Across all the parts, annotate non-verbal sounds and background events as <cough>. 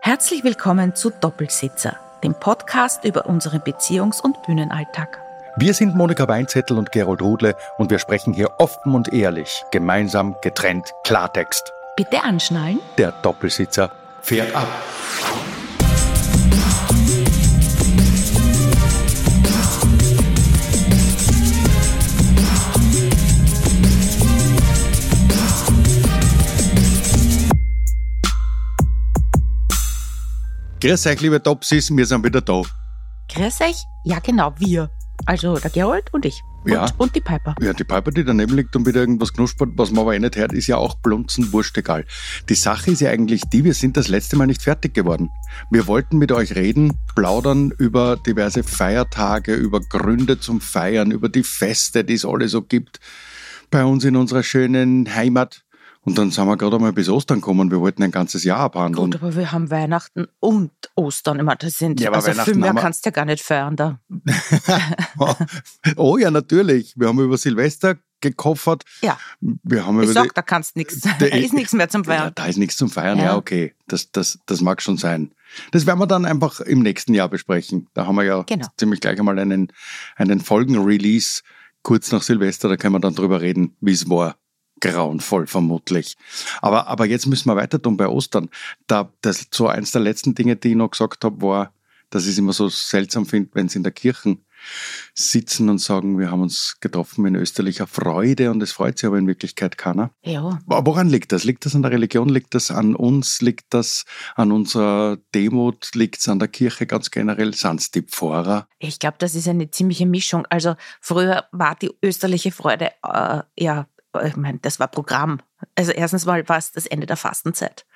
Herzlich willkommen zu Doppelsitzer, dem Podcast über unseren Beziehungs- und Bühnenalltag. Wir sind Monika Weinzettel und Gerold Rudle und wir sprechen hier offen und ehrlich, gemeinsam, getrennt, Klartext. Bitte anschnallen. Der Doppelsitzer fährt ab. Grüß euch, liebe Topsis, wir sind wieder da. Grüß euch. Ja, genau, wir. Also der Gerold und ich. Und, Ja. und die Piper. Ja, die Piper, die daneben liegt und wieder irgendwas knuspert, was man aber eh nicht hört, ist ja auch blunzen wurscht egal. Die Sache ist ja eigentlich die, wir sind das letzte Mal nicht fertig geworden. Wir wollten mit euch reden, plaudern über diverse Feiertage, über Gründe zum Feiern, über die Feste, die es alle so gibt bei uns in unserer schönen Heimat. Und dann sind wir gerade einmal bis Ostern gekommen, wir wollten ein ganzes Jahr abhandeln. Gut, aber wir haben Weihnachten und Ostern immer. Das sind Ja, aber also viel Weihnachten mehr haben wir- kannst du ja gar nicht feiern da. <laughs> oh ja, natürlich. Wir haben über Silvester gekoffert. Ja, Wir haben ich über die- sag, da kannst nichts. <laughs> Da Der- ist nichts mehr zum Ja, Feiern. da ist nichts zum Feiern, ja, Ja. okay. Das, das, das mag schon sein. Das werden wir dann einfach im nächsten Jahr besprechen. Da haben wir ja Genau. ziemlich gleich einmal einen, einen Folgenrelease kurz nach Silvester. Da können wir dann drüber reden, wie es war. Grauenvoll vermutlich. Aber, aber jetzt müssen wir weiter tun bei Ostern. Da, das, so eins der letzten Dinge, die ich noch gesagt habe, war, dass ich es immer so seltsam finde, wenn sie in der Kirche sitzen und sagen, wir haben uns getroffen in österlicher Freude und es freut sich aber in Wirklichkeit keiner. Ja, Woran liegt das? Liegt das an der Religion? Liegt das an uns? Liegt das an unserer Demut? Liegt es an der Kirche ganz generell? Sind's die Pfarrer? ich glaube, das ist eine ziemliche Mischung. Also früher war die österliche Freude, äh, ja, ich meine, das war Programm. Also erstens mal war es das Ende der Fastenzeit.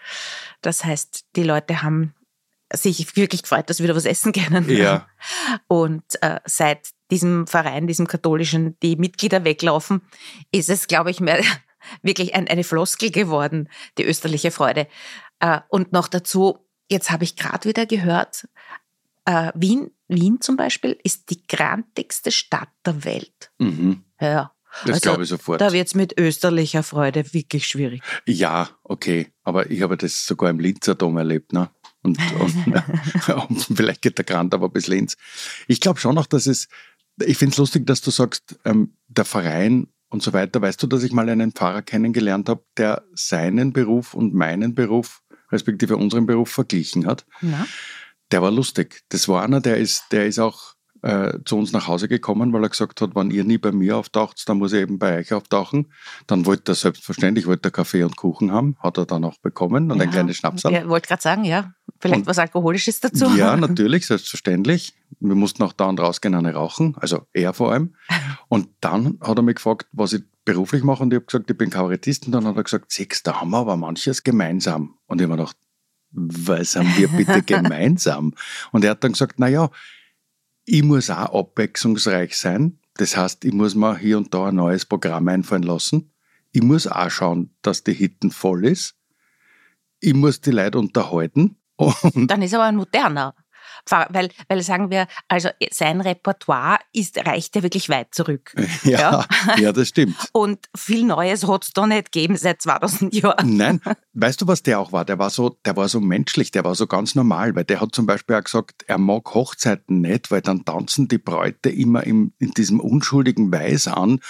Das heißt, die Leute haben sich wirklich gefreut, dass wir wieder was essen <laughs> können. ne? Und äh, seit diesem Verein, diesem katholischen, die Mitglieder weglaufen, ist es, glaube ich, mehr <laughs> wirklich ein, eine Floskel geworden, die österliche Freude. Äh, und noch dazu, jetzt habe ich gerade wieder gehört, äh, Wien, Wien zum Beispiel ist die grantigste Stadt der Welt. Mhm. Ja. Das Also, glaube ich sofort. Da wird es mit österlicher Freude wirklich schwierig. Ja, okay. Aber ich habe das sogar im Linzer Dom erlebt, ne? Und, und, und vielleicht geht der Grand aber bis Linz. Ich glaube schon auch, dass es, ich finde es lustig, dass du sagst, ähm, der Verein und so weiter. Weißt du, dass ich mal einen Pfarrer kennengelernt habe, der seinen Beruf und meinen Beruf, respektive unseren Beruf, verglichen hat? Na? Der war lustig. Das war einer, der ist, der ist auch äh, zu uns nach Hause gekommen, weil er gesagt hat, wenn ihr nie bei mir auftaucht, dann muss ich eben bei euch auftauchen. Dann wollte er selbstverständlich wollte er Kaffee und Kuchen haben, hat er dann auch bekommen und ein Ja. kleines Schnapsal. Ja, wollte gerade sagen, ja. Vielleicht Und- was Alkoholisches dazu. Ja, natürlich, selbstverständlich. Wir mussten auch da und rausgehen eine rauchen, also er vor allem. Und dann hat er mich gefragt, was ich beruflich mache und ich habe gesagt, ich bin Kabarettist und dann hat er gesagt, sechs, da haben wir aber manches gemeinsam. Und ich habe mir gedacht, was haben wir bitte gemeinsam? Und er hat dann gesagt, naja, ich muss auch abwechslungsreich sein. Das heißt, ich muss mir hier und da ein neues Programm einfallen lassen. Ich muss auch schauen, dass die Hitten voll ist. Ich muss die Leute unterhalten. <laughs> Und Dann ist aber ein moderner. Pfarrer, Weil, weil sagen wir, also sein Repertoire ist, reicht ja wirklich weit zurück. <laughs> Ja, ja. das stimmt. Und viel Neues hat es da nicht gegeben seit 2000 Jahren. Nein, weißt du, was der auch war? Der war so, der war so menschlich, der war so ganz normal, weil der hat zum Beispiel auch gesagt, er mag Hochzeiten nicht, weil dann tanzen die Bräute immer im, in diesem unschuldigen Weiß an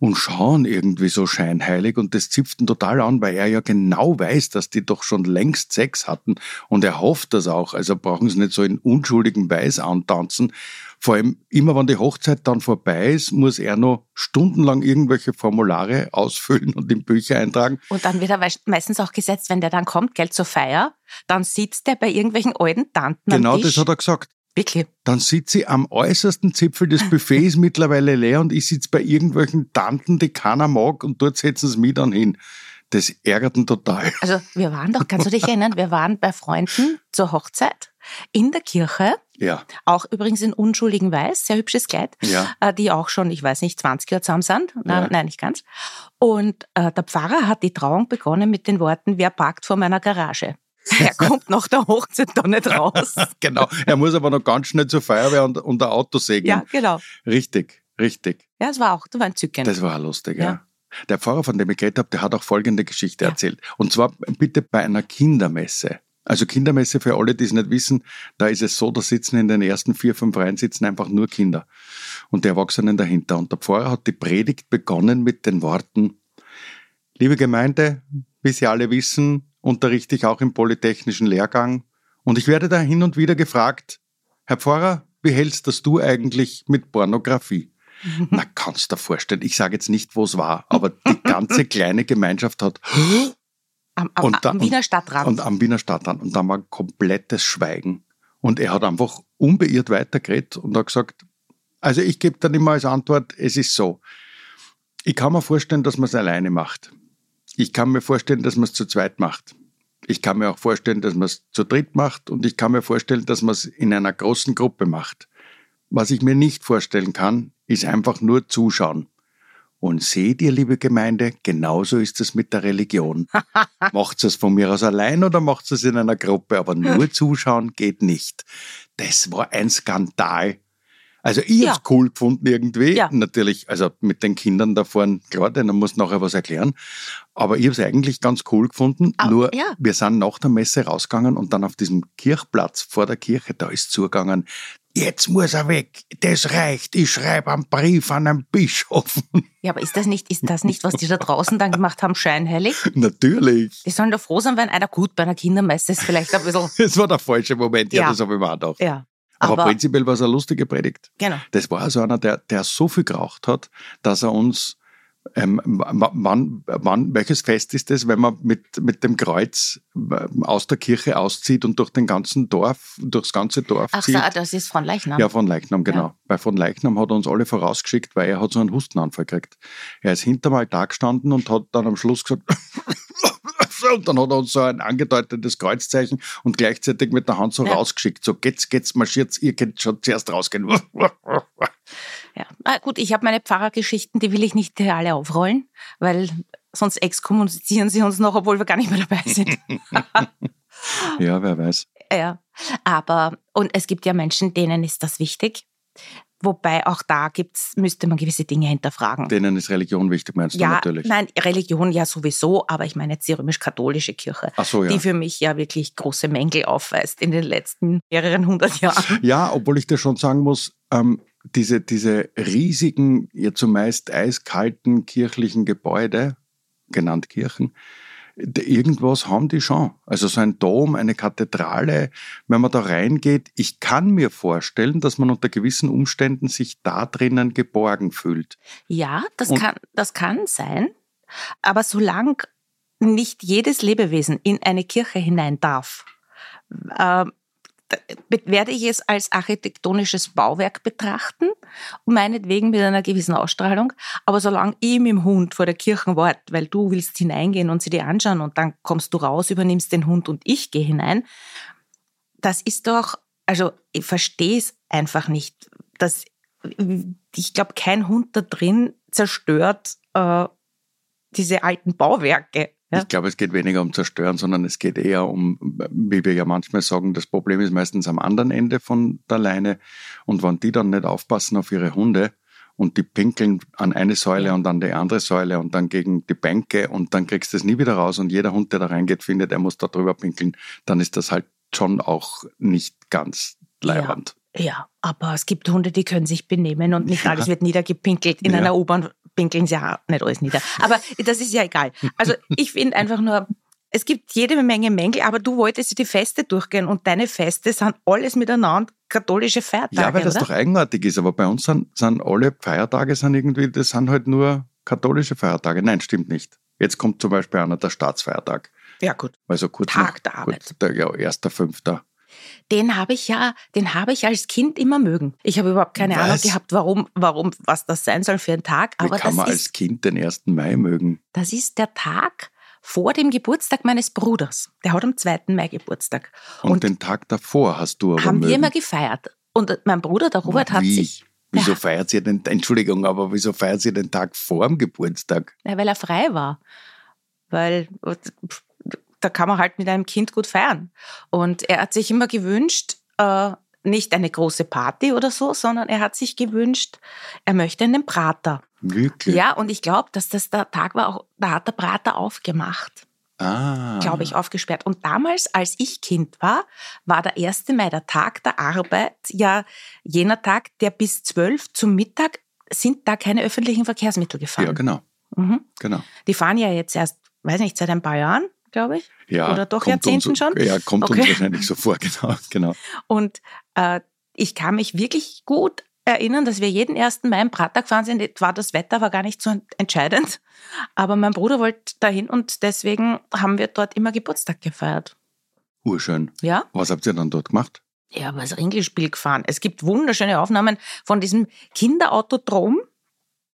und schauen irgendwie so scheinheilig und das zipft ihn total an, weil er ja genau weiß, dass die doch schon längst Sex hatten und er hofft das auch, also brauchen sie nicht so in unschuldigen Weiß antanzen. Vor allem, immer wenn die Hochzeit dann vorbei ist, muss er noch stundenlang irgendwelche Formulare ausfüllen und in Bücher eintragen. Und dann wird er weis- meistens auch gesetzt, wenn der dann kommt, gell, zur Feier, dann sitzt der bei irgendwelchen alten Tanten Genau am Tisch. das hat er gesagt. Wirklich. Dann sitzt sie am äußersten Zipfel des <laughs> Buffets mittlerweile leer und ich sitze bei irgendwelchen Tanten, die keiner mag und dort setzen sie mich dann hin. Das ärgert ihn total. <laughs> Also wir waren doch, kannst du dich erinnern, wir waren bei Freunden zur Hochzeit in der Kirche, Ja, auch übrigens in unschuldigen Weiß, sehr hübsches Kleid. ja. äh, die auch schon, ich weiß nicht, 20 Jahre zusammen sind. Na, Ja. Nein, nicht ganz. Und äh, der Pfarrer hat die Trauung begonnen mit den Worten, wer parkt vor meiner Garage? Er kommt nach der Hochzeit da nicht raus. Genau. Er muss aber noch ganz schnell zur Feuerwehr und, und ein Auto segeln. Ja, genau. Richtig, richtig. Ja, es war auch, das war entzückend. Das war auch lustig, Genau. ja. Ja. Der Pfarrer, von dem ich geredet habe, der hat auch folgende Geschichte ja. erzählt. Und zwar bitte bei einer Kindermesse. Also Kindermesse für alle, die es nicht wissen, da ist es so, da sitzen in den ersten vier, fünf Reihen sitzen einfach nur Kinder und die Erwachsenen dahinter. Und der Pfarrer hat die Predigt begonnen mit den Worten, liebe Gemeinde, wie Sie alle wissen, unterrichte ich auch im polytechnischen Lehrgang und ich werde da hin und wieder gefragt, Herr Pfarrer, wie hältst das du eigentlich mit Pornografie? Na, kannst du dir vorstellen. Ich sage jetzt nicht, wo es war, aber die ganze kleine Gemeinschaft hat am, am, da- am Wiener Stadtrand. Und am Wiener Stadtrand. Und dann war komplettes Schweigen. Und er hat einfach unbeirrt weitergeredet und hat gesagt, also ich gebe dann immer als Antwort, es ist so. Ich kann mir vorstellen, dass man es alleine macht. Ich kann mir vorstellen, dass man es zu zweit macht. Ich kann mir auch vorstellen, dass man es zu dritt macht und ich kann mir vorstellen, dass man es in einer großen Gruppe macht. Was ich mir nicht vorstellen kann, ist einfach nur zuschauen. Und seht ihr, liebe Gemeinde, genauso ist es mit <laughs> der Religion. macht es von mir aus allein oder macht es in einer Gruppe, <laughs> aber nur zuschauen geht nicht. Das war ein Skandal. Also ich Ja. hab's cool gefunden irgendwie. Ja. Natürlich, also mit den Kindern da vorne, klar, denen muss nachher was erklären. Aber ich hab's eigentlich ganz cool gefunden. Aber- Nur ja. wir sind nach der Messe rausgegangen und dann auf diesem Kirchplatz vor der Kirche, da ist zugegangen. Jetzt muss er weg. Das reicht. Ich schreibe einen Brief an einen Bischof. <laughs> Ja, aber ist das nicht, ist das nicht, was die da draußen dann gemacht haben, scheinheilig? Natürlich. Die sollen doch froh sein, wenn einer gut bei einer Kindermesse ist, vielleicht ein bisschen. Das war der falsche Moment. Ja, Ja. das habe ich mir auch gedacht. Ja. Aber, Aber, prinzipiell war es eine lustige Predigt. genau. Das war so einer, der, der so viel geraucht hat, dass er uns, ähm, w- wann, wann, welches Fest ist es, wenn man mit, mit dem Kreuz ähm, aus der Kirche auszieht und durch den ganzen Dorf, durchs ganze Dorf Ach, zieht? so, ah, das ist von Leichnam. Ja, von Leichnam, genau. Bei von Leichnam hat er uns alle vorausgeschickt, weil er hat so einen Hustenanfall gekriegt. Er ist hinterm Altar gestanden und hat dann am Schluss gesagt, <laughs> und dann hat er uns so ein angedeutetes Kreuzzeichen und gleichzeitig mit der Hand so Ja. rausgeschickt. So, geht's, geht's, marschiert's, ihr könnt schon zuerst rausgehen. <laughs> Ja. Ah, gut, ich habe meine Pfarrergeschichten, die will ich nicht alle aufrollen, weil sonst exkommunizieren sie uns noch, obwohl wir gar nicht mehr dabei sind. <laughs> ja, wer weiß. ja. Aber, und es gibt ja Menschen, denen ist das wichtig. Wobei auch da gibt's, müsste man gewisse Dinge hinterfragen. Denen ist Religion wichtig, meinst du ja, natürlich. nein, Religion ja sowieso, aber ich meine jetzt die römisch-katholische Kirche, Ach so, Oh ja. die für mich ja wirklich große Mängel aufweist in den letzten mehreren hundert Jahren. Ja, obwohl ich dir schon sagen muss, ähm, diese, diese riesigen, ja zumeist eiskalten kirchlichen Gebäude, genannt Kirchen, d- irgendwas haben die schon. Also so ein Dom, eine Kathedrale, wenn man da reingeht, ich kann mir vorstellen, dass man unter gewissen Umständen sich da drinnen geborgen fühlt. Ja, das Und- kann, das kann sein, aber solange nicht jedes Lebewesen in eine Kirche hinein darf, ähm, d- be- werde ich es als architektonisches Bauwerk betrachten, meinetwegen mit einer gewissen Ausstrahlung, aber solange ich mit dem Hund vor der Kirche warte, weil du willst hineingehen und sie dir anschauen und dann kommst du raus, übernimmst den Hund und ich gehe hinein, das ist doch, also ich verstehe es einfach nicht, dass ich glaube, kein Hund da drin zerstört äh, diese alten Bauwerke. Ja? Ich glaube, es geht weniger um Zerstören, sondern es geht eher um, wie wir ja manchmal sagen, das Problem ist meistens am anderen Ende von der Leine. Und wenn die dann nicht aufpassen auf ihre Hunde und die pinkeln an eine Säule und an die andere Säule und dann gegen die Bänke und dann kriegst du es nie wieder raus und jeder Hund, der da reingeht, findet, er muss da drüber pinkeln, dann ist das halt schon auch nicht ganz leiwand. Ja, aber es gibt Hunde, die können sich benehmen und nicht Ja. alles wird niedergepinkelt. In Ja. einer U-Bahn pinkeln sie ja nicht alles nieder. Aber das ist ja egal. Also ich finde einfach nur, es gibt jede Menge Mängel, aber du wolltest die Feste durchgehen und deine Feste sind alles miteinander katholische Feiertage, Ja, weil das oder? doch eigenartig ist, aber bei uns sind, sind alle Feiertage sind irgendwie, das sind halt nur katholische Feiertage. Nein, stimmt nicht. Jetzt kommt zum Beispiel einer der Staatsfeiertag. ja, gut. Also kurz Tag nach, der Arbeit. Kurz, der, ja, erster, fünfter. Den habe ich ja, den habe ich als Kind immer mögen. Ich habe überhaupt keine Was? Ahnung gehabt, warum, warum, was das sein soll für ein Tag. Wie Aber kann das man ist als Kind den 1. Mai mögen? Das ist der Tag vor dem Geburtstag meines Bruders. Der hat am 2. Mai Geburtstag. Und, Und den Tag davor hast du aber haben mögen. wir immer gefeiert. Und äh, mein Bruder, der Robert, hat Wie? sich, Wieso feiert ihr den, Entschuldigung, aber wieso feiert ihr den Tag vor dem Geburtstag? ja, weil er frei war. Weil äh, pf, da kann man halt mit einem Kind gut feiern. Und er hat sich immer gewünscht, äh, nicht eine große Party oder so, sondern er hat sich gewünscht, er möchte einen Prater. Wirklich? Ja, und ich glaube, dass das der Tag war, auch, da hat der Prater aufgemacht, Ah. glaube ich, aufgesperrt. Und damals, als ich Kind war, war der 1. Mai, der Tag der Arbeit, ja jener Tag, der bis 12 zum Mittag sind da keine öffentlichen Verkehrsmittel Ja, gefahren. genau. mhm. genau. Die fahren ja jetzt erst, weiß nicht, seit ein paar Jahren, glaube ich. Ja, Oder doch kommt Jahrzehnten uns, schon? Ja, kommt uns Okay. wahrscheinlich so vor, <laughs> genau. genau. Und äh, ich kann mich wirklich gut erinnern, dass wir jeden ersten Mai im Prater gefahren sind. War das Wetter war gar nicht so entscheidend, aber mein Bruder wollte dahin und deswegen haben wir dort immer Geburtstag gefeiert. Urschön. Ja, Was habt ihr dann dort gemacht? ja, aber das Ringelspiel gefahren. Es gibt wunderschöne Aufnahmen von diesem Kinderautodrom.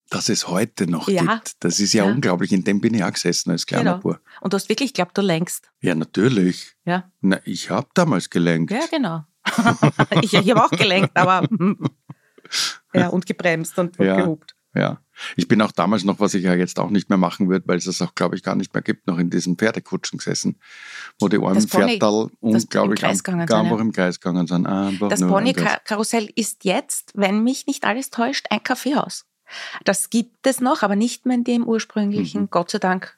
Dass es heute noch Ja. gibt. Das ist ja, Ja. unglaublich. In dem bin ich auch gesessen als kleiner Genau. Bub. Und du hast wirklich geglaubt, du längst. Ja, natürlich. Ja. Na, ich habe damals gelenkt. Ja, genau. <laughs> ich ich habe auch gelenkt, <laughs> aber hm. ja, und gebremst und, und Ja. gehupt. Ja. Ich bin auch damals noch, was ich ja jetzt auch nicht mehr machen würde, weil es das auch, glaube ich, gar nicht mehr gibt, noch in diesen Pferdekutschen gesessen, wo die armen Das Pony- Pferdal unglaublich Kreis gegangen sind, einfach ja. im Kreis gegangen sind. Einfach Das nur im Kreis. Ponykarussell ist jetzt, wenn mich nicht alles täuscht, ein Kaffeehaus. Das gibt es noch, aber nicht mehr in dem ursprünglichen, Gott sei Dank.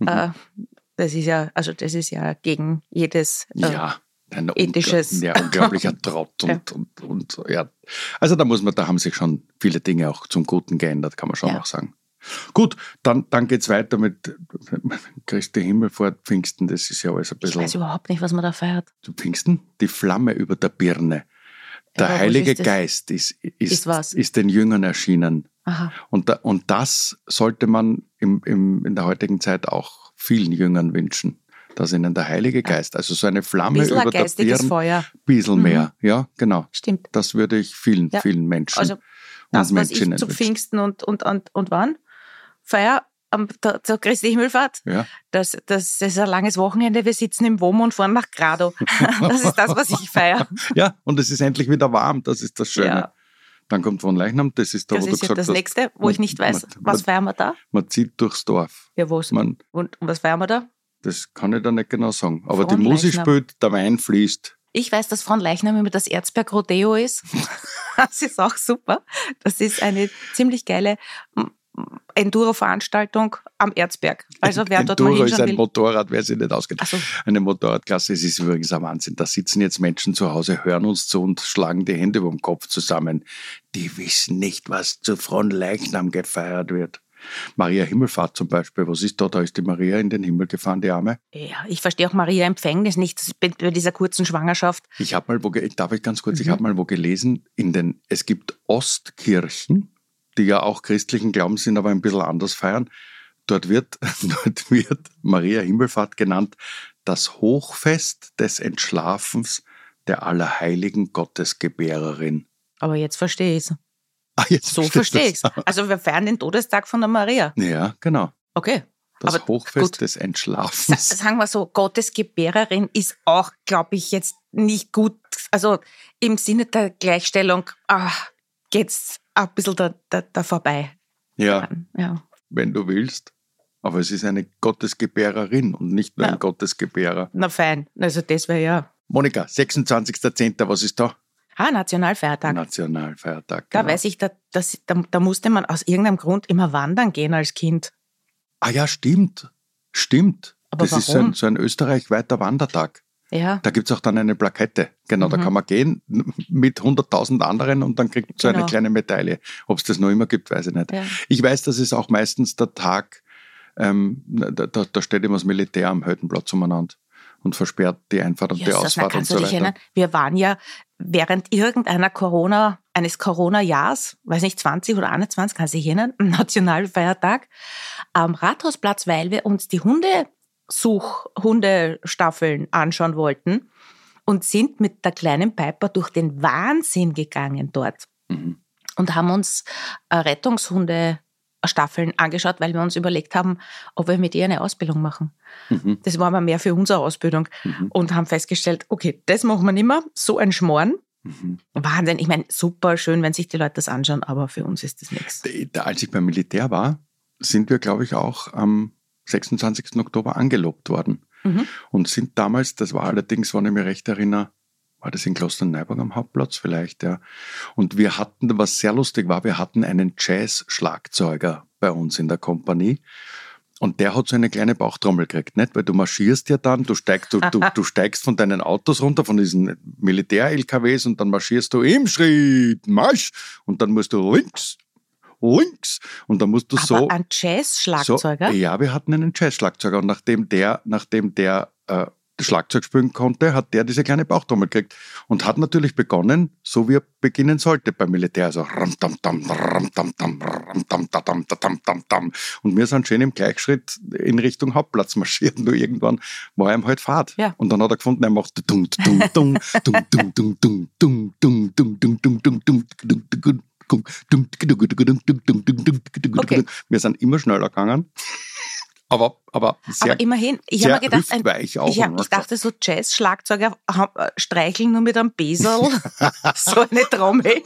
Mhm. Äh, das ist ja, also das ist ja gegen jedes. Äh, Ja, ein ethisches. ungl- Ja, <laughs> unglaublicher Trott und, Ja. und, und ja. Also da muss man, da haben sich schon viele Dinge auch zum Guten geändert, kann man schon Ja. auch sagen. Gut, dann, dann geht's weiter mit <laughs> Christi Himmelfahrt, Pfingsten, das ist ja alles ein ich bisschen. weiß überhaupt nicht, was man da feiert. Zu Pfingsten? Die Flamme über der Birne. Der Aber was Heilige ist das? Geist ist, ist, Ist was? ist den Jüngern erschienen. Aha. Und, da, und das sollte man im, im, in der heutigen Zeit auch vielen Jüngern wünschen, dass ihnen der Heilige Geist, also so eine Ein Flamme bisschen ein über der geistiges Birne, Feuer. bisschen Mhm. mehr. Ja, genau. Stimmt. Das würde ich vielen, Ja. vielen Menschen Also das, und was ich Menschinnen zu wünschen. Pfingsten und, und, und, und wann feier, am, der, zur Christi Himmelfahrt, Ja. das, das ist ein langes Wochenende. Wir sitzen im WOM und fahren nach <laughs> Grado. Das ist das, was ich feiere. ja, und es ist endlich wieder warm, das ist das Schöne. Ja. Dann kommt von Leichnam, das ist da, das wo du ist ja gesagt das hast, Nächste, wo ich nicht weiß, man- was man- feiern wir da? man zieht durchs Dorf. Ja, was? Man, Und, und was feiern wir da? Das kann ich da nicht genau sagen. Aber die Frauenleichnam. Musik spielt, der Wein fließt. Ich weiß, dass von Leichnam immer das Erzberg Rodeo <laughs> ist. das ist auch super. Das ist eine ziemlich geile mm, Enduro-Veranstaltung am Erzberg. Also <laughs> wer dort mal Enduro ist hinschauen ein will. Motorrad, wer sich nicht auskennt. Ach so. Eine Motorradklasse, es ist übrigens ein Wahnsinn. Da sitzen jetzt Menschen zu Hause, hören uns zu und schlagen die Hände über dem Kopf zusammen. Die wissen nicht, was zu Fronleichnam gefeiert wird. Maria Himmelfahrt zum Beispiel, was ist da? Da ist die Maria in den Himmel gefahren, die Arme. Ja, ich verstehe auch Maria Empfängnis nicht das bin- bei dieser kurzen Schwangerschaft. Ich habe mal wo, ge- darf ich ganz kurz, ich Mhm. habe mal wo gelesen, in den, es gibt Ostkirchen, die ja auch christlichen Glauben sind, aber ein bisschen anders feiern. Dort wird, <laughs> dort wird Maria Himmelfahrt genannt das Hochfest des Entschlafens der allerheiligen Gottesgebärerin. Aber jetzt verstehe ich es. Ah, jetzt <laughs> So verstehe ich es. Also wir feiern den Todestag von der Maria. Ja, genau. Okay. Das Aber Hochfest gut. des Sa- Entschlafens. sagen wir so, Gottes Gebärerin ist auch, glaube ich, jetzt nicht gut. Also im Sinne der Gleichstellung ah, geht's ein bisschen da, da, da vorbei. Ja, Ja. wenn du willst. Aber es ist eine Gottesgebärerin und nicht nur Ja. ein Gottesgebärer. Na fein. Also das wäre ja. Monika, 26.10., was ist da? Ah, Nationalfeiertag. Nationalfeiertag. Da genau. weiß ich, da, das, da, da musste man aus irgendeinem Grund immer wandern gehen als Kind. Ah ja, stimmt. Stimmt. Aber das ist so warum? ein, so ein österreichweiter Wandertag. Ja. Da gibt es auch dann eine Plakette. Genau, da Mhm. kann man gehen <laughs> mit 100.000 anderen und dann kriegt man so eine Genau. kleine Medaille. Ob es das noch immer gibt, weiß ich nicht. ja. Ich weiß, das ist auch meistens der Tag, ähm, da, da, da steht immer das Militär am Höldenplatz umeinander und versperrt die Einfahrt und die Jesus, na, Ausfahrt und kannst du so dich weiter. erinnern? Wir waren ja während irgendeiner Corona, eines Corona-Jahrs, weiß nicht, 20 oder 21, kannst du dich erinnern, <laughs> am Nationalfeiertag, am Rathausplatz, weil wir uns die Hundesuch, Hundestaffeln anschauen wollten und sind mit der kleinen Piper durch den Wahnsinn gegangen dort Mhm. und haben uns äh, Rettungshundestaffeln angeschaut, weil wir uns überlegt haben, ob wir mit ihr eine Ausbildung machen. Mhm. Das war aber mehr für unsere Ausbildung Mhm. und haben festgestellt, okay, das machen wir nicht mehr, so ein Schmoren. Mhm. Wahnsinn, ich meine, super schön, wenn sich die Leute das anschauen, aber für uns ist das nichts. Da- Äh, Als ich beim Militär war, sind wir, glaube ich, auch am 26. Oktober angelobt worden. Mhm. und sind damals, das war allerdings, wenn ich mich recht erinnere, war das in Klosterneuburg am Hauptplatz vielleicht, ja. Und wir hatten, was sehr lustig war, wir hatten einen Jazz-Schlagzeuger bei uns in der Kompanie. Und der hat so eine kleine Bauchtrommel gekriegt, nicht? Weil du marschierst ja dann, du steigst, du, du, du steigst von deinen Autos runter, von diesen Militär-LKWs und dann marschierst du im Schritt, Marsch! Und dann musst du links, links. Und dann musst du Aber so. ein Jazz-Schlagzeuger? So, ja, wir hatten einen Jazz-Schlagzeuger und nachdem der, nachdem der äh, Schlagzeug spielen konnte, hat der diese kleine Bauchtrommel gekriegt und hat natürlich begonnen, so wie er beginnen sollte beim Militär. Also ram tam tam ram tam tam ram tam tam tam tam tam tam. Und wir sind schön im Gleichschritt in Richtung Hauptplatz marschiert. Nur irgendwann war ihm halt Fahrt. Ja. Und dann hat er gefunden, er macht dung dung dung dung dung dung dung dung dung dung dung dung dung dung dung dung Okay. wir sind immer schneller gegangen. Aber, aber sehr, Aber immerhin, ich sehr habe mir gedacht, ein, hüftweich auch. ich, hab, ich dachte, so Jazz-Schlagzeuger haben- äh, streicheln nur mit einem <laughs> Besel so eine Trommel.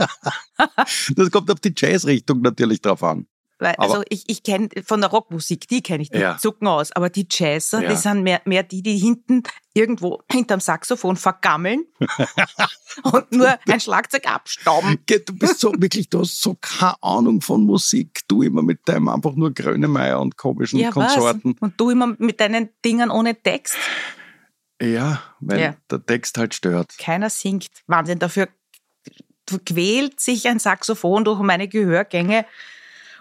das kommt auf die Jazz-Richtung natürlich drauf an. Weil, Aber- also ich, ich kenne von der Rockmusik, die kenne ich, die Ja. zucken aus, aber die Jazzer, Ja. die sind mehr, mehr die, die hinten irgendwo hinterm Saxophon vergammeln <laughs> und nur ein Schlagzeug abstauben. Geh, Du bist so wirklich, du hast so keine Ahnung von Musik. Du immer mit deinem einfach nur Grönemeyer und komischen Ja, was? Konsorten. Und du immer mit deinen Dingern ohne Text. Ja, weil Ja. der Text halt stört. Keiner singt. Wahnsinn, dafür quält sich ein Saxophon durch meine Gehörgänge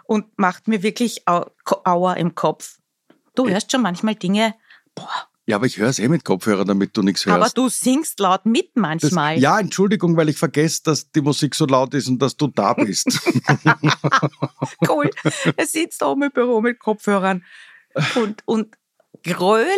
und macht mir wirklich Au- Ko- Auer im Kopf. Du hörst schon manchmal Dinge, boah, Ja, aber ich höre es eh mit Kopfhörer, damit du nichts hörst. aber du singst laut mit Das- manchmal. Ja, Entschuldigung, weil ich vergesse, dass die Musik so laut ist und dass du <laughs> da bist. <laughs> <laughs> cool. Er sitzt oben im Büro mit Kopfhörern und, und grölt.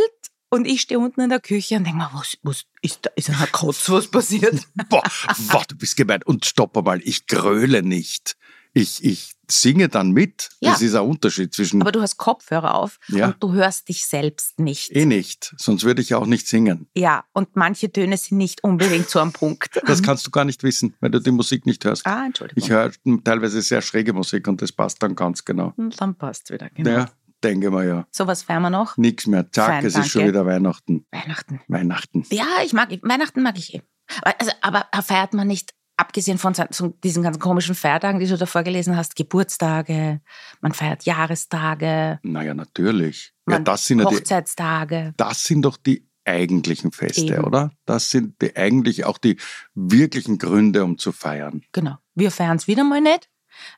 Und ich stehe unten in der Küche und denke mir, was, was ist da? Ist einer Kotz was passiert? <laughs> Boah, boah, du bist gemeint. Und stopp einmal, ich gröle nicht. Ich, ich singe dann mit. Ja. Das ist ein Unterschied zwischen Aber du hast Kopfhörer auf Ja. und du hörst dich selbst nicht. eh nicht, sonst würde ich ja auch nicht singen. Ja, und manche Töne sind nicht unbedingt so am Punkt. <laughs> Das kannst du gar nicht wissen, weil du die Musik nicht hörst. Ähm. Ah, Entschuldigung. Ich höre teilweise sehr schräge Musik und das passt dann ganz genau. Hm, Dann passt wieder, genau. Ja, denke mal ja. So was feiern wir noch? Nix mehr. Zack, Fein, es danke. ist schon wieder Weihnachten. Weihnachten. Weihnachten. Ja, ich mag, Weihnachten mag ich eh. Aber- Also, aber feiert man nicht, abgesehen von so- so diesen ganzen komischen Feiertagen, die du da vorgelesen hast, Geburtstage, man feiert Jahrestage, Naja, natürlich. Ja, man das sind ja die Hochzeitstage. das sind doch die eigentlichen Feste, Eben. oder? Das sind die eigentlich auch die wirklichen Gründe, um zu feiern. Genau. Wir feiern es wieder mal nicht.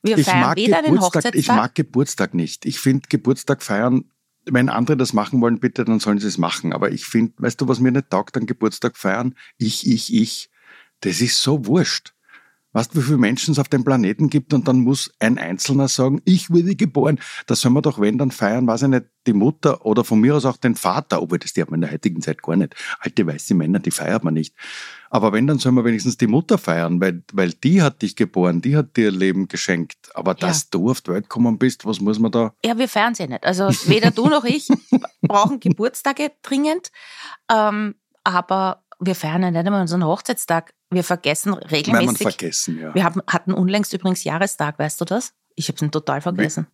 Wir feiern weder den Hochzeitstag. ich mag Geburtstag nicht. Ich finde Geburtstag feiern, wenn andere das machen wollen, bitte, dann sollen sie es machen. Aber ich finde, weißt du, was mir nicht taugt, an Geburtstag feiern? Ich, ich, ich. Das ist so wurscht. Weißt du, wie viele Menschen es auf dem Planeten gibt und dann muss ein Einzelner sagen, ich wurde geboren. Das soll man doch, wenn, dann feiern, weiß ich nicht, die Mutter oder von mir aus auch den Vater, obwohl das die hat man in der heutigen Zeit gar nicht. Alte weiße Männer, die feiert man nicht. Aber wenn, dann soll man wenigstens die Mutter feiern, weil, weil die hat dich geboren, die hat dir Leben geschenkt. Aber dass du auf die Welt gekommen bist, was muss man da? Ja, wir feiern sie nicht. <laughs> Also weder du noch ich brauchen Geburtstage dringend, ähm, aber wir feiern ja nicht einmal unseren Hochzeitstag. Wir vergessen Weil man regelmäßig. vergessen, ja. wir haben, hatten unlängst übrigens Jahrestag, weißt du das? Ich habe ihn total vergessen.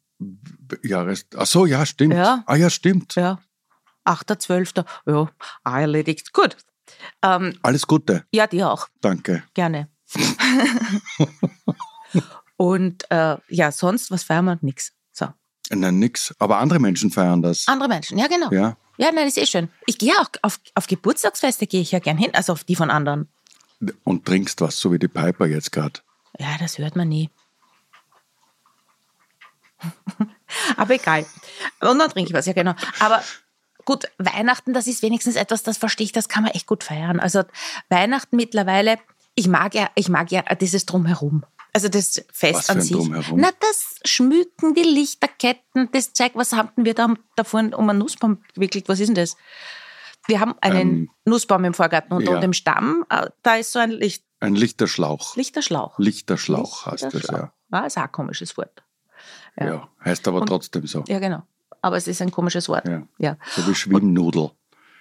Jahres. Ach so, ja, stimmt. Ja. Ah ja, stimmt. Ja, 8.12. Ja, ah, erledigt. Gut. Ähm, Alles Gute. ja, dir auch. Danke. <laughs> Gerne. Und äh, ja, sonst, was feiern wir? Nix. So. Nein, nix. Aber andere Menschen feiern das. Andere Menschen, ja genau. Ja. Ja, nein, ist eh schön. Ich gehe auch auf, auf Geburtstagsfeste gehe ich ja gern hin, also auf die von anderen. Und trinkst was, so wie die Piper jetzt gerade. Ja, das hört man nie. <laughs> Aber egal. Und dann trinke ich was, ja genau. Aber gut, Weihnachten, das ist wenigstens etwas, das verstehe ich, das kann man echt gut feiern. Also Weihnachten mittlerweile, ich mag ja, ich mag ja dieses Drumherum. Also das Fest Was für an ein sich. Drumherum? Na, das Schmücken, die Lichterketten, das Zeug, was hatten wir da, da vorhin um einen Nussbaum gewickelt? Was ist denn das? Wir haben einen Ähm, Nussbaum im Vorgarten und ja. unter dem Stamm, äh, da ist so ein Licht, Ein Lichterschlauch. Lichterschlauch. Lichterschlauch heißt das, Lichterschlauch. ja. Ah, ist auch ein komisches Wort. Ja. ja. Heißt aber Und- trotzdem so. Ja, genau. Aber es ist ein komisches Wort. Ja. Ja. So wie Schwimmnudel.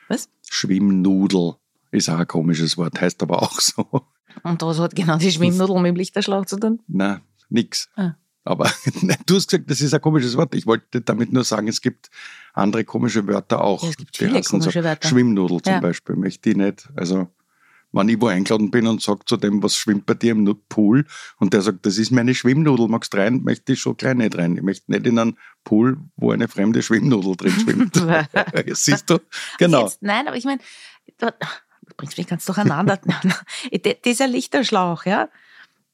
Was? Schwimmnudel ist auch ein komisches Wort, heißt aber auch so. Und das hat genau die Schwimmnudel mit dem Lichterschlauch zu tun. Na, nix. Ah. Aber <laughs> nein, du hast gesagt, das ist ein komisches Wort. Ich wollte damit nur sagen, es gibt andere komische Wörter auch. Ja, es gibt Die viele heißen komische Wörter. Schwimmnudel zum Ja. Beispiel, möchte ich nicht. Also wenn ich wo eingeladen bin und sage zu dem, was schwimmt bei dir im Pool? Und der sagt, das ist meine Schwimmnudel, magst rein? Möchte ich schon gleich nicht rein. Ich möchte nicht in einen Pool, wo eine fremde Schwimmnudel drin schwimmt. <laughs> <laughs> Siehst du? Genau. Also Jetzt, nein, aber ich meine, du bringst mich ganz <laughs> durcheinander. Dieser Lichterschlauch, ja,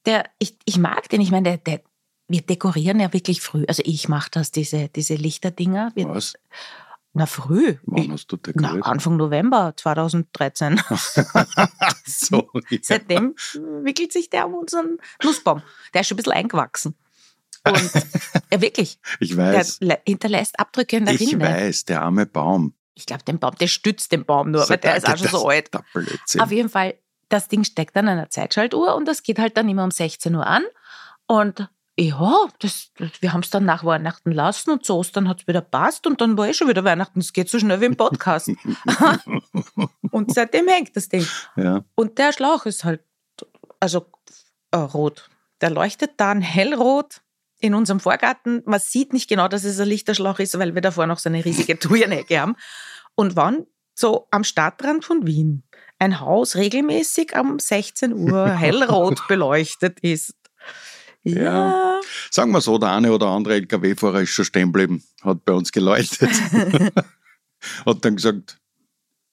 der, ich, ich mag den, ich meine, der, der, wir dekorieren ja wirklich früh. Also ich mache das, diese, diese Lichterdinger. Wir, Was? Na, früh. Ich- Wann hast du na, <laughs> <laughs> dekoriert? Anfang November 2013. so, ja. Seitdem wickelt sich der um unseren Nussbaum. Der ist schon ein bisschen eingewachsen. <laughs> Und ja, wirklich, Ich der weiß, le- hinterlässt Abdrücke in der ich Rinde. weiß, der arme Baum. Ich glaube, den Baum, der stützt den Baum nur, weil Sagt, der ist auch Alter, schon so das- alt. Der Blödsinn. Auf jeden Fall, das Ding steckt an einer Zeitschaltuhr und das geht halt dann immer um 16 Uhr an. Und ja, das, wir haben es dann nach Weihnachten lassen und zu Ostern hat es wieder passt und dann war eh schon wieder Weihnachten. Es geht so schnell wie im <laughs> Podcast. <laughs> und seitdem hängt das Ding. ja. Und der Schlauch ist halt, also äh, rot. Der leuchtet dann hellrot in unserem Vorgarten. Man sieht nicht genau, dass es ein Lichterschlauch ist, weil wir davor noch so eine riesige <laughs> Thujanecke haben. Und wann? So am Stadtrand von Wien. Ein Haus regelmäßig um 16 <laughs> Uhr hellrot beleuchtet ist. Ja. Sagen wir so, der eine oder andere LKW-Fahrer ist schon stehen geblieben, hat bei <laughs> uns geläutet. hat dann gesagt,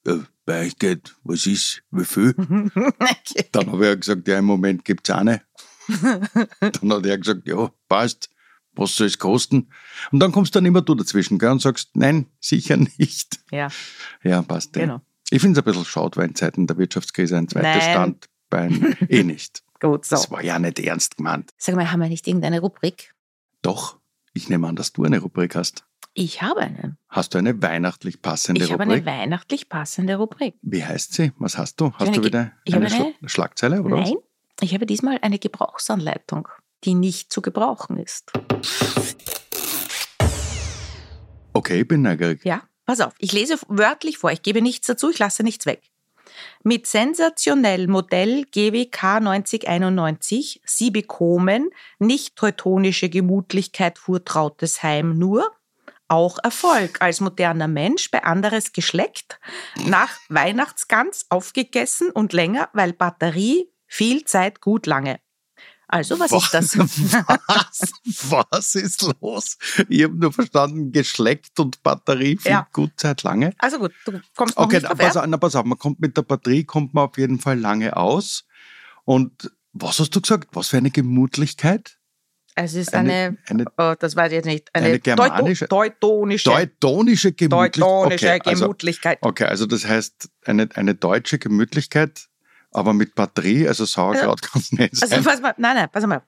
äh, bei euch geht, was ist, wie viel? <laughs> Okay. Dann habe ich auch gesagt, ja, im Moment gibt <laughs> es eine. dann hat er gesagt, ja, passt, was soll es kosten? Und dann kommst dann immer du dazwischen gell, und sagst, nein, sicher nicht. ja, Ja, passt. eh. genau. Ich finde es ein bisschen schade, weil in Zeiten der Wirtschaftskrise ein zweites Nein. Standbein eh nicht. Gut, <laughs> so. Das war ja nicht ernst gemeint. Sag mal, haben wir nicht irgendeine Rubrik? Doch, ich nehme an, dass du eine Rubrik hast. Ich habe eine. Hast du eine weihnachtlich passende Ich habe Rubrik? eine weihnachtlich passende Rubrik. Wie heißt sie? Was hast du? Ich Hast habe du eine wieder ich eine, habe eine- Schla- Schlagzeile oder Nein, ich habe diesmal eine Gebrauchsanleitung, die nicht zu gebrauchen ist. was? Okay, ich bin neugierig. Ja, pass auf, ich lese wörtlich vor, ich gebe nichts dazu, ich lasse nichts weg. Mit sensationell Modell GWK 9091, Sie bekommen nicht teutonische Gemütlichkeit Hurtrautes Heim nur, auch Erfolg als moderner Mensch bei anderes Geschlecht, nach Weihnachtsgans aufgegessen und länger, weil Batterie viel Zeit gut lange. Also, was ist das? <laughs> Was, <laughs> was ist los? Ich habe nur verstanden, geschleckt und Batterie viel Ja. gut Zeit lange. Also gut, du kommst noch Okay, nicht na, auf, ja? pass, auf, na, pass auf, man kommt mit der Batterie, kommt man auf jeden Fall lange aus. Und was hast du gesagt? Was für eine Gemütlichkeit? Es ist eine, Eine- eine- oh, das weiß ich jetzt nicht, eine, eine germanische- Teuto- teutonische, Teutonische Gemütlichkeit. teutonische okay, also, Gemütlichkeit. okay, also das heißt eine, eine deutsche Gemütlichkeit, aber mit Batterie, also Sauerkraut kann es nicht sein. Also, pass mal, nein, nein, pass mal auf.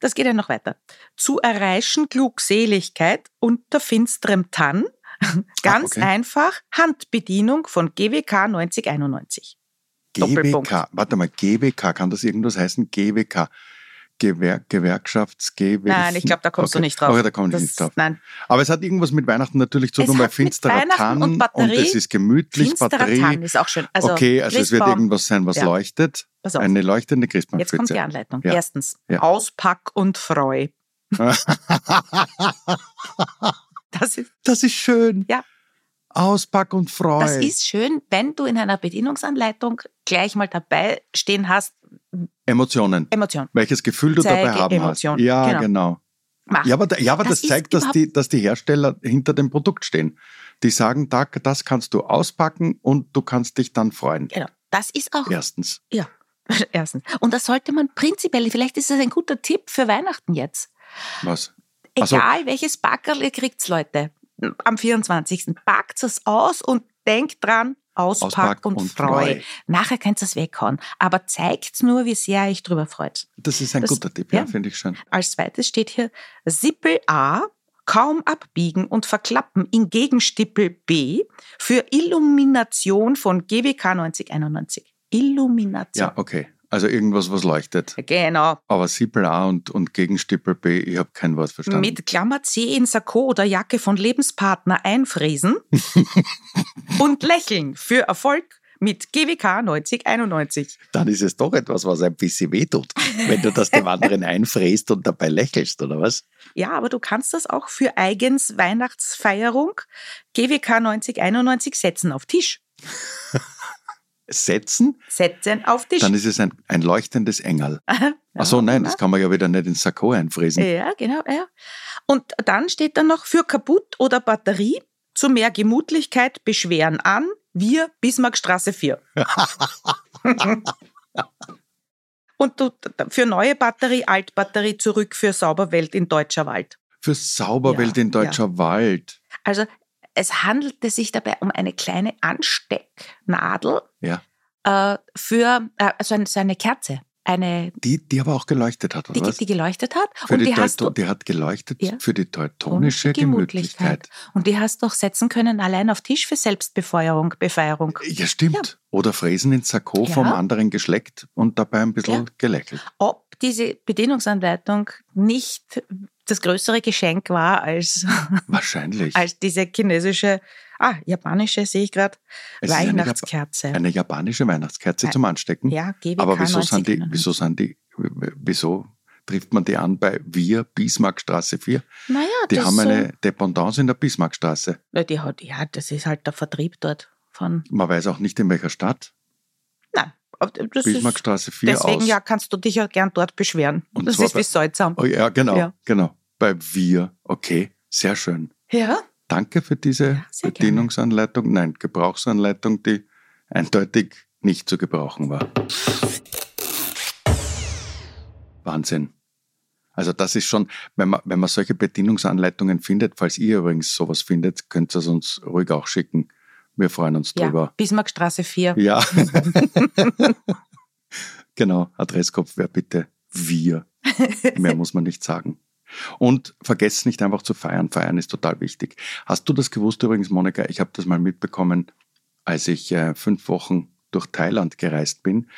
Das geht ja noch weiter. Zu erreichen Glückseligkeit unter finsterem Tann. <laughs> Ganz Ah, okay. einfach Handbedienung von GWK 9091. <laughs> Doppelpunkt. GWK, warte mal, GWK, kann das irgendwas heißen? GWK, Gewer Gewerkschafts, GWK. Nein, ich glaube, da kommst okay. du nicht drauf. Okay, da komme ich Das- nicht drauf. Nein, Aber es hat irgendwas mit Weihnachten natürlich zu Es tun, weil hat mit finsterer Weihnachten Tann und Batterie, es ist gemütlich, finsterer Batterie. Tann ist auch schön. Also, okay, also es wird Christbaum. irgendwas sein, was Ja. leuchtet. Pass auf. Eine leuchtende Jetzt kommt die Christbaumspitze. Anleitung. Ja. Erstens, Ja. Auspack und <laughs> Freu. das, ist, Das ist schön. Ja. Auspack und Freu. das ist schön, wenn du in einer Bedienungsanleitung gleich mal dabei stehen hast, Emotionen. Emotion. Welches Gefühl du dabei Zeige haben Emotion. hast. Ja, Genau. genau. Mach. Ja, aber, da- ja, aber Das das, ist zeigt, dass die, dass die Hersteller hinter dem Produkt stehen. Die sagen, da, das kannst du auspacken und du kannst dich dann freuen. Genau. Das ist auch Erstens. <laughs> erstens. Und das sollte man prinzipiell, vielleicht ist das ein guter Tipp für Weihnachten jetzt. Was? Ach so. Egal welches Backerl ihr kriegt, Leute, am 24. Packt es aus und denkt dran, Auspack, Auspack und, und Freu. Freu. Nachher könnt ihr es weghauen. Aber zeigt nur, wie sehr ich drüber freut. Das ist ein Das- guter Tipp, ja, ja. finde ich schön. Als zweites steht hier Sippel A, kaum abbiegen und verklappen in Gegenstippel B für Illumination von GWK 9091. Illumination. Ja, okay. Also irgendwas, was leuchtet. Genau. Aber Sippel A und, und Gegenstippel B, ich habe kein Wort verstanden. Mit Klammer C in Sakko oder Jacke von Lebenspartner einfräsen und lächeln für Erfolg mit GWK 9091. dann ist es doch etwas, was ein bisschen wehtut, wenn du das <laughs> dem anderen einfräst und dabei lächelst, oder was? Ja, aber du kannst das auch für eigens Weihnachtsfeierung GWK 9091 setzen auf Tisch. setzen, Setzen auf Tisch. dann ist es ein, ein leuchtendes Engel. <laughs> Ja, ne? Ach so, nein, ja. das kann man ja wieder nicht ins Sakko einfräsen. Ja, genau, ja. Und dann steht dann noch für kaputt oder Batterie zu mehr Gemütlichkeit Beschweren an. Wir Bismarckstraße <laughs> 4. Und du- für neue Batterie, Altbatterie zurück für Sauberwelt in deutscher Wald. Für Sauberwelt Ja, in deutscher Wald. Also es handelte sich dabei um eine kleine Anstecknadel Ja. äh, für äh, so, eine, so eine Kerze, eine, Die, die aber auch geleuchtet hat, oder die, was? die geleuchtet hat. Für und die, die hast du Teuto- die hat geleuchtet Ja. für die teutonische Gemütlichkeit. Und die hast du auch setzen können, allein auf Tisch für Selbstbefeuerung, Befeierung. Ja, stimmt. Oder Fräsen in Sakko Ja. vom anderen geschleckt und dabei ein bisschen gelächelt. Ob diese Bedienungsanleitung nicht das größere Geschenk war als, Wahrscheinlich. als diese chinesische, ah, japanische sehe ich gerade, Es ist eine Weihnachtskerze. Eine japanische Weihnachtskerze Ein- zum Anstecken. ja, GWK aber wieso 90. sind die, wieso sind die, wieso trifft man die an bei Wir, Bismarckstraße 4? Naja, Die das haben ist so- eine Dependance in der Bismarckstraße. Na, die hat, ja, das ist halt der Vertrieb dort von. Man weiß auch nicht, in welcher Stadt. Nein, aber das ist, Bismarckstraße 4 deswegen aus. ja, kannst du dich ja gern dort beschweren. Und das zwar ist bei- wie Salzam. Oh, ja, genau, Ja. genau. Bei Wir. Okay, sehr schön. Ja, Danke für diese Ja, sehr gerne. Bedienungsanleitung, nein, Gebrauchsanleitung, die eindeutig nicht zu gebrauchen war. Wahnsinn. Also das ist schon, wenn man, wenn man solche Bedienungsanleitungen findet, falls ihr übrigens sowas findet, könnt ihr es uns ruhig auch schicken. Wir freuen uns ja. drüber. Bismarckstraße 4. Ja. <laughs> genau, Adresskopf wäre bitte wir. Mehr muss man nicht sagen. Und vergesst nicht einfach zu feiern. Feiern ist total wichtig. Hast du das gewusst übrigens, Monika? Ich habe das mal mitbekommen, als ich äh, fünf Wochen durch Thailand gereist bin.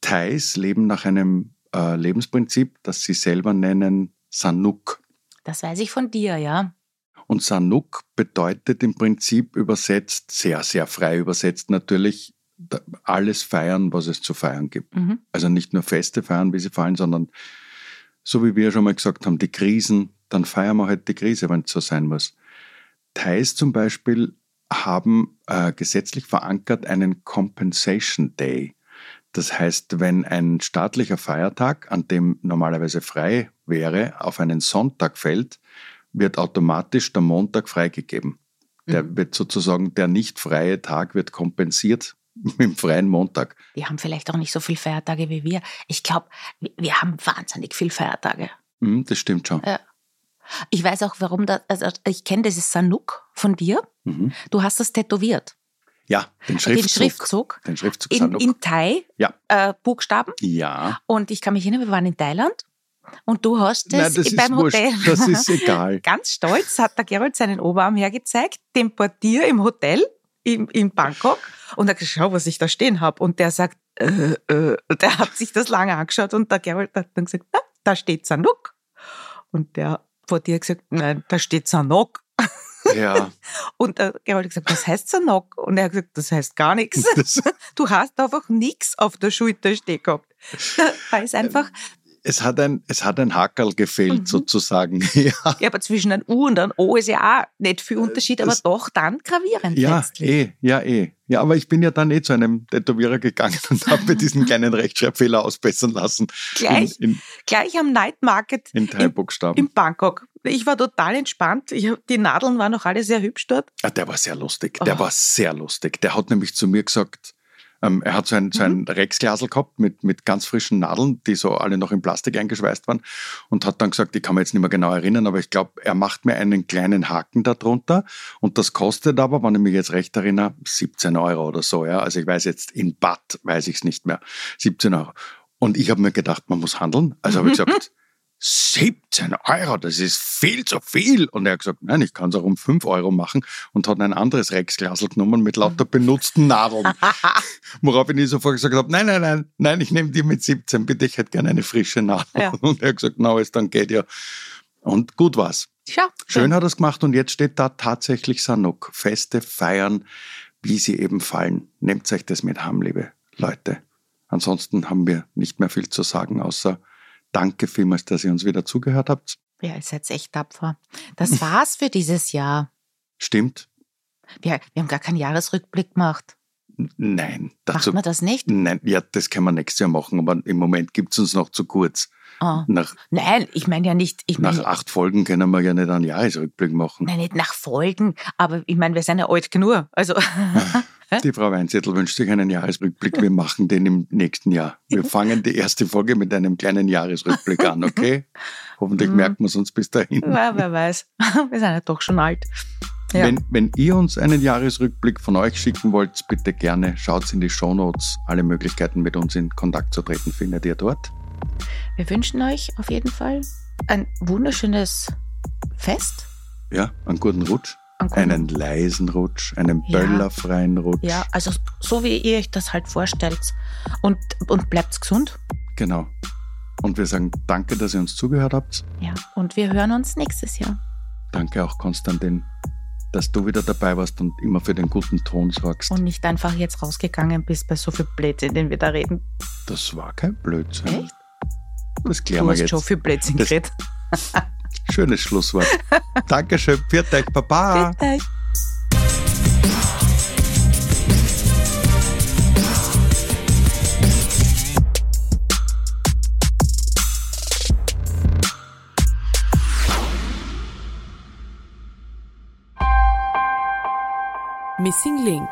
Thais leben nach einem äh, Lebensprinzip, das sie selber nennen Sanuk. Das weiß ich von dir, ja. Und Sanuk bedeutet im Prinzip übersetzt, sehr, sehr frei übersetzt natürlich, da- alles feiern, was es zu feiern gibt. Mhm. Also nicht nur Feste feiern, wie sie fallen, sondern so wie wir schon mal gesagt haben, die Krisen, dann feiern wir halt die Krise, wenn es so sein muss. Thais zum Beispiel haben äh, gesetzlich verankert einen Compensation Day. Das heißt, wenn ein staatlicher Feiertag, an dem normalerweise frei wäre, auf einen Sonntag fällt, wird automatisch der Montag freigegeben. Der Mhm. wird sozusagen, der nicht freie Tag wird kompensiert <laughs> mit dem freien Montag. Die haben vielleicht auch nicht so viele Feiertage wie wir. Ich glaube, wir haben wahnsinnig viele Feiertage. Mhm, das stimmt schon. Ich weiß auch, warum das. Also ich kenne dieses Sanuk von dir. Mhm. Du hast das tätowiert. Ja, den Schriftzug. Den Schriftzug. Den Schriftzug In, Sanuk. in Thai. Ja. Äh, Buchstaben. ja. Und ich kann mich erinnern, wir waren in Thailand und du hast es beim wurscht. Hotel. <laughs> Das ist egal. Ganz stolz hat der Gerald seinen Oberarm hergezeigt, dem Portier im Hotel in, in Bangkok und er hat gesagt, schau, was ich da stehen habe. Und der sagt, äh, äh, der hat sich das lange angeschaut und der Gerald hat dann gesagt, na, da steht Sanuk. Und der Portier hat gesagt, nein, da steht Sanok. Ja, Und der Gerald hat gesagt, was heißt Sanok? Und er hat gesagt, das heißt gar nichts. das, Du hast einfach nichts auf der Schulter stehen gehabt. <laughs> Da ist einfach es, hat ein, es hat ein Hackerl gefehlt, Mhm. sozusagen. <laughs> Ja, Äh, Ja, aber zwischen einem U und einem O ist ja auch nicht viel Unterschied, aber das- doch dann gravierend ja letztlich. eh, ja, eh. Ja, aber ich bin ja dann eh zu einem Tätowierer gegangen <laughs> und habe mir diesen kleinen Rechtschreibfehler ausbessern lassen. Gleich, In, in, gleich am Night Market in in, Thai-Buchstaben. in Bangkok. Ich war total entspannt. Ich, hab- die Nadeln waren noch alle sehr hübsch dort. Ah, der war sehr lustig. Der Oh. war sehr lustig. Der hat nämlich zu mir gesagt, ähm, er hat so ein, so ein Rexglasel gehabt mit, mit ganz frischen Nadeln, die so alle noch in Plastik eingeschweißt waren und hat dann gesagt, ich kann mich jetzt nicht mehr genau erinnern, aber ich glaube, er macht mir einen kleinen Haken darunter und das kostet aber, wenn ich mich jetzt recht erinnere, 17 Euro oder so. Ja? Also ich weiß jetzt, in Bad weiß ich es nicht mehr, 17 Euro. Und ich habe mir gedacht, man muss handeln. Also habe ich gesagt, 17 Euro, das ist viel zu viel. Und er hat gesagt, nein, ich kann es auch um 5 Euro machen und hat ein anderes Rexglasel genommen mit lauter benutzten Nadeln. Worauf ich sofort gesagt habe, nein, nein, nein, nein, ich nehme die mit 17, bitte, ich hätte gerne eine frische Nadel. Ja. Und er hat gesagt, na, alles dann geht ja. Und gut war's. Schau, Schön hat er es gemacht und jetzt steht da tatsächlich Sanok. Feste feiern, wie sie eben fallen. Nehmt euch das mit heim, liebe Leute. Ansonsten haben wir nicht mehr viel zu sagen, außer danke vielmals, dass ihr uns wieder zugehört habt. Ja, ihr seid echt tapfer. Das war's für dieses Jahr. Stimmt. Wir, wir haben gar keinen Jahresrückblick gemacht. Nein, Macht dazu. man das nicht? Nein, ja, das kann man nächstes Jahr machen, aber im Moment gibt es uns noch zu kurz. Ah. Nach, Nein, ich meine ja nicht, ich nach meine acht Folgen können wir ja nicht einen Jahresrückblick machen. nein, nicht nach Folgen, aber ich meine, wir sind ja alt genug. <laughs> Also Die Frau Weinzettel wünscht sich einen Jahresrückblick. Wir machen den im nächsten Jahr. <laughs> Wir fangen die erste Folge mit einem kleinen Jahresrückblick an, okay? Hoffentlich Mhm. merken wir es uns bis dahin. wer, wer weiß. Wir sind ja doch schon alt. Ja. Wenn, wenn ihr uns einen Jahresrückblick von euch schicken wollt, bitte gerne schaut in die Shownotes. Alle Möglichkeiten, mit uns in Kontakt zu treten, findet ihr dort. Wir wünschen euch auf jeden Fall ein wunderschönes Fest. Ja, einen guten Rutsch, Einen guten- einen leisen Rutsch, einen Genau. Ja. böllerfreien Rutsch. Ja, also so wie ihr euch das halt vorstellt. Und, und bleibt gesund. Genau. Und wir sagen danke, dass ihr uns zugehört habt. Ja. Und wir hören uns nächstes Jahr. Danke auch, Konstantin, dass du wieder dabei warst und immer für den guten Ton sorgst. Und nicht einfach jetzt rausgegangen bist bei so viel Blödsinn, den wir da reden. das war kein Blödsinn. Echt? Das Du klären wir hast schon jetzt. viel Blödsinn Das- geredet. <laughs> Schönes Schlusswort. Dankeschön. Pfiat euch. Baba. Bitte. Missing Link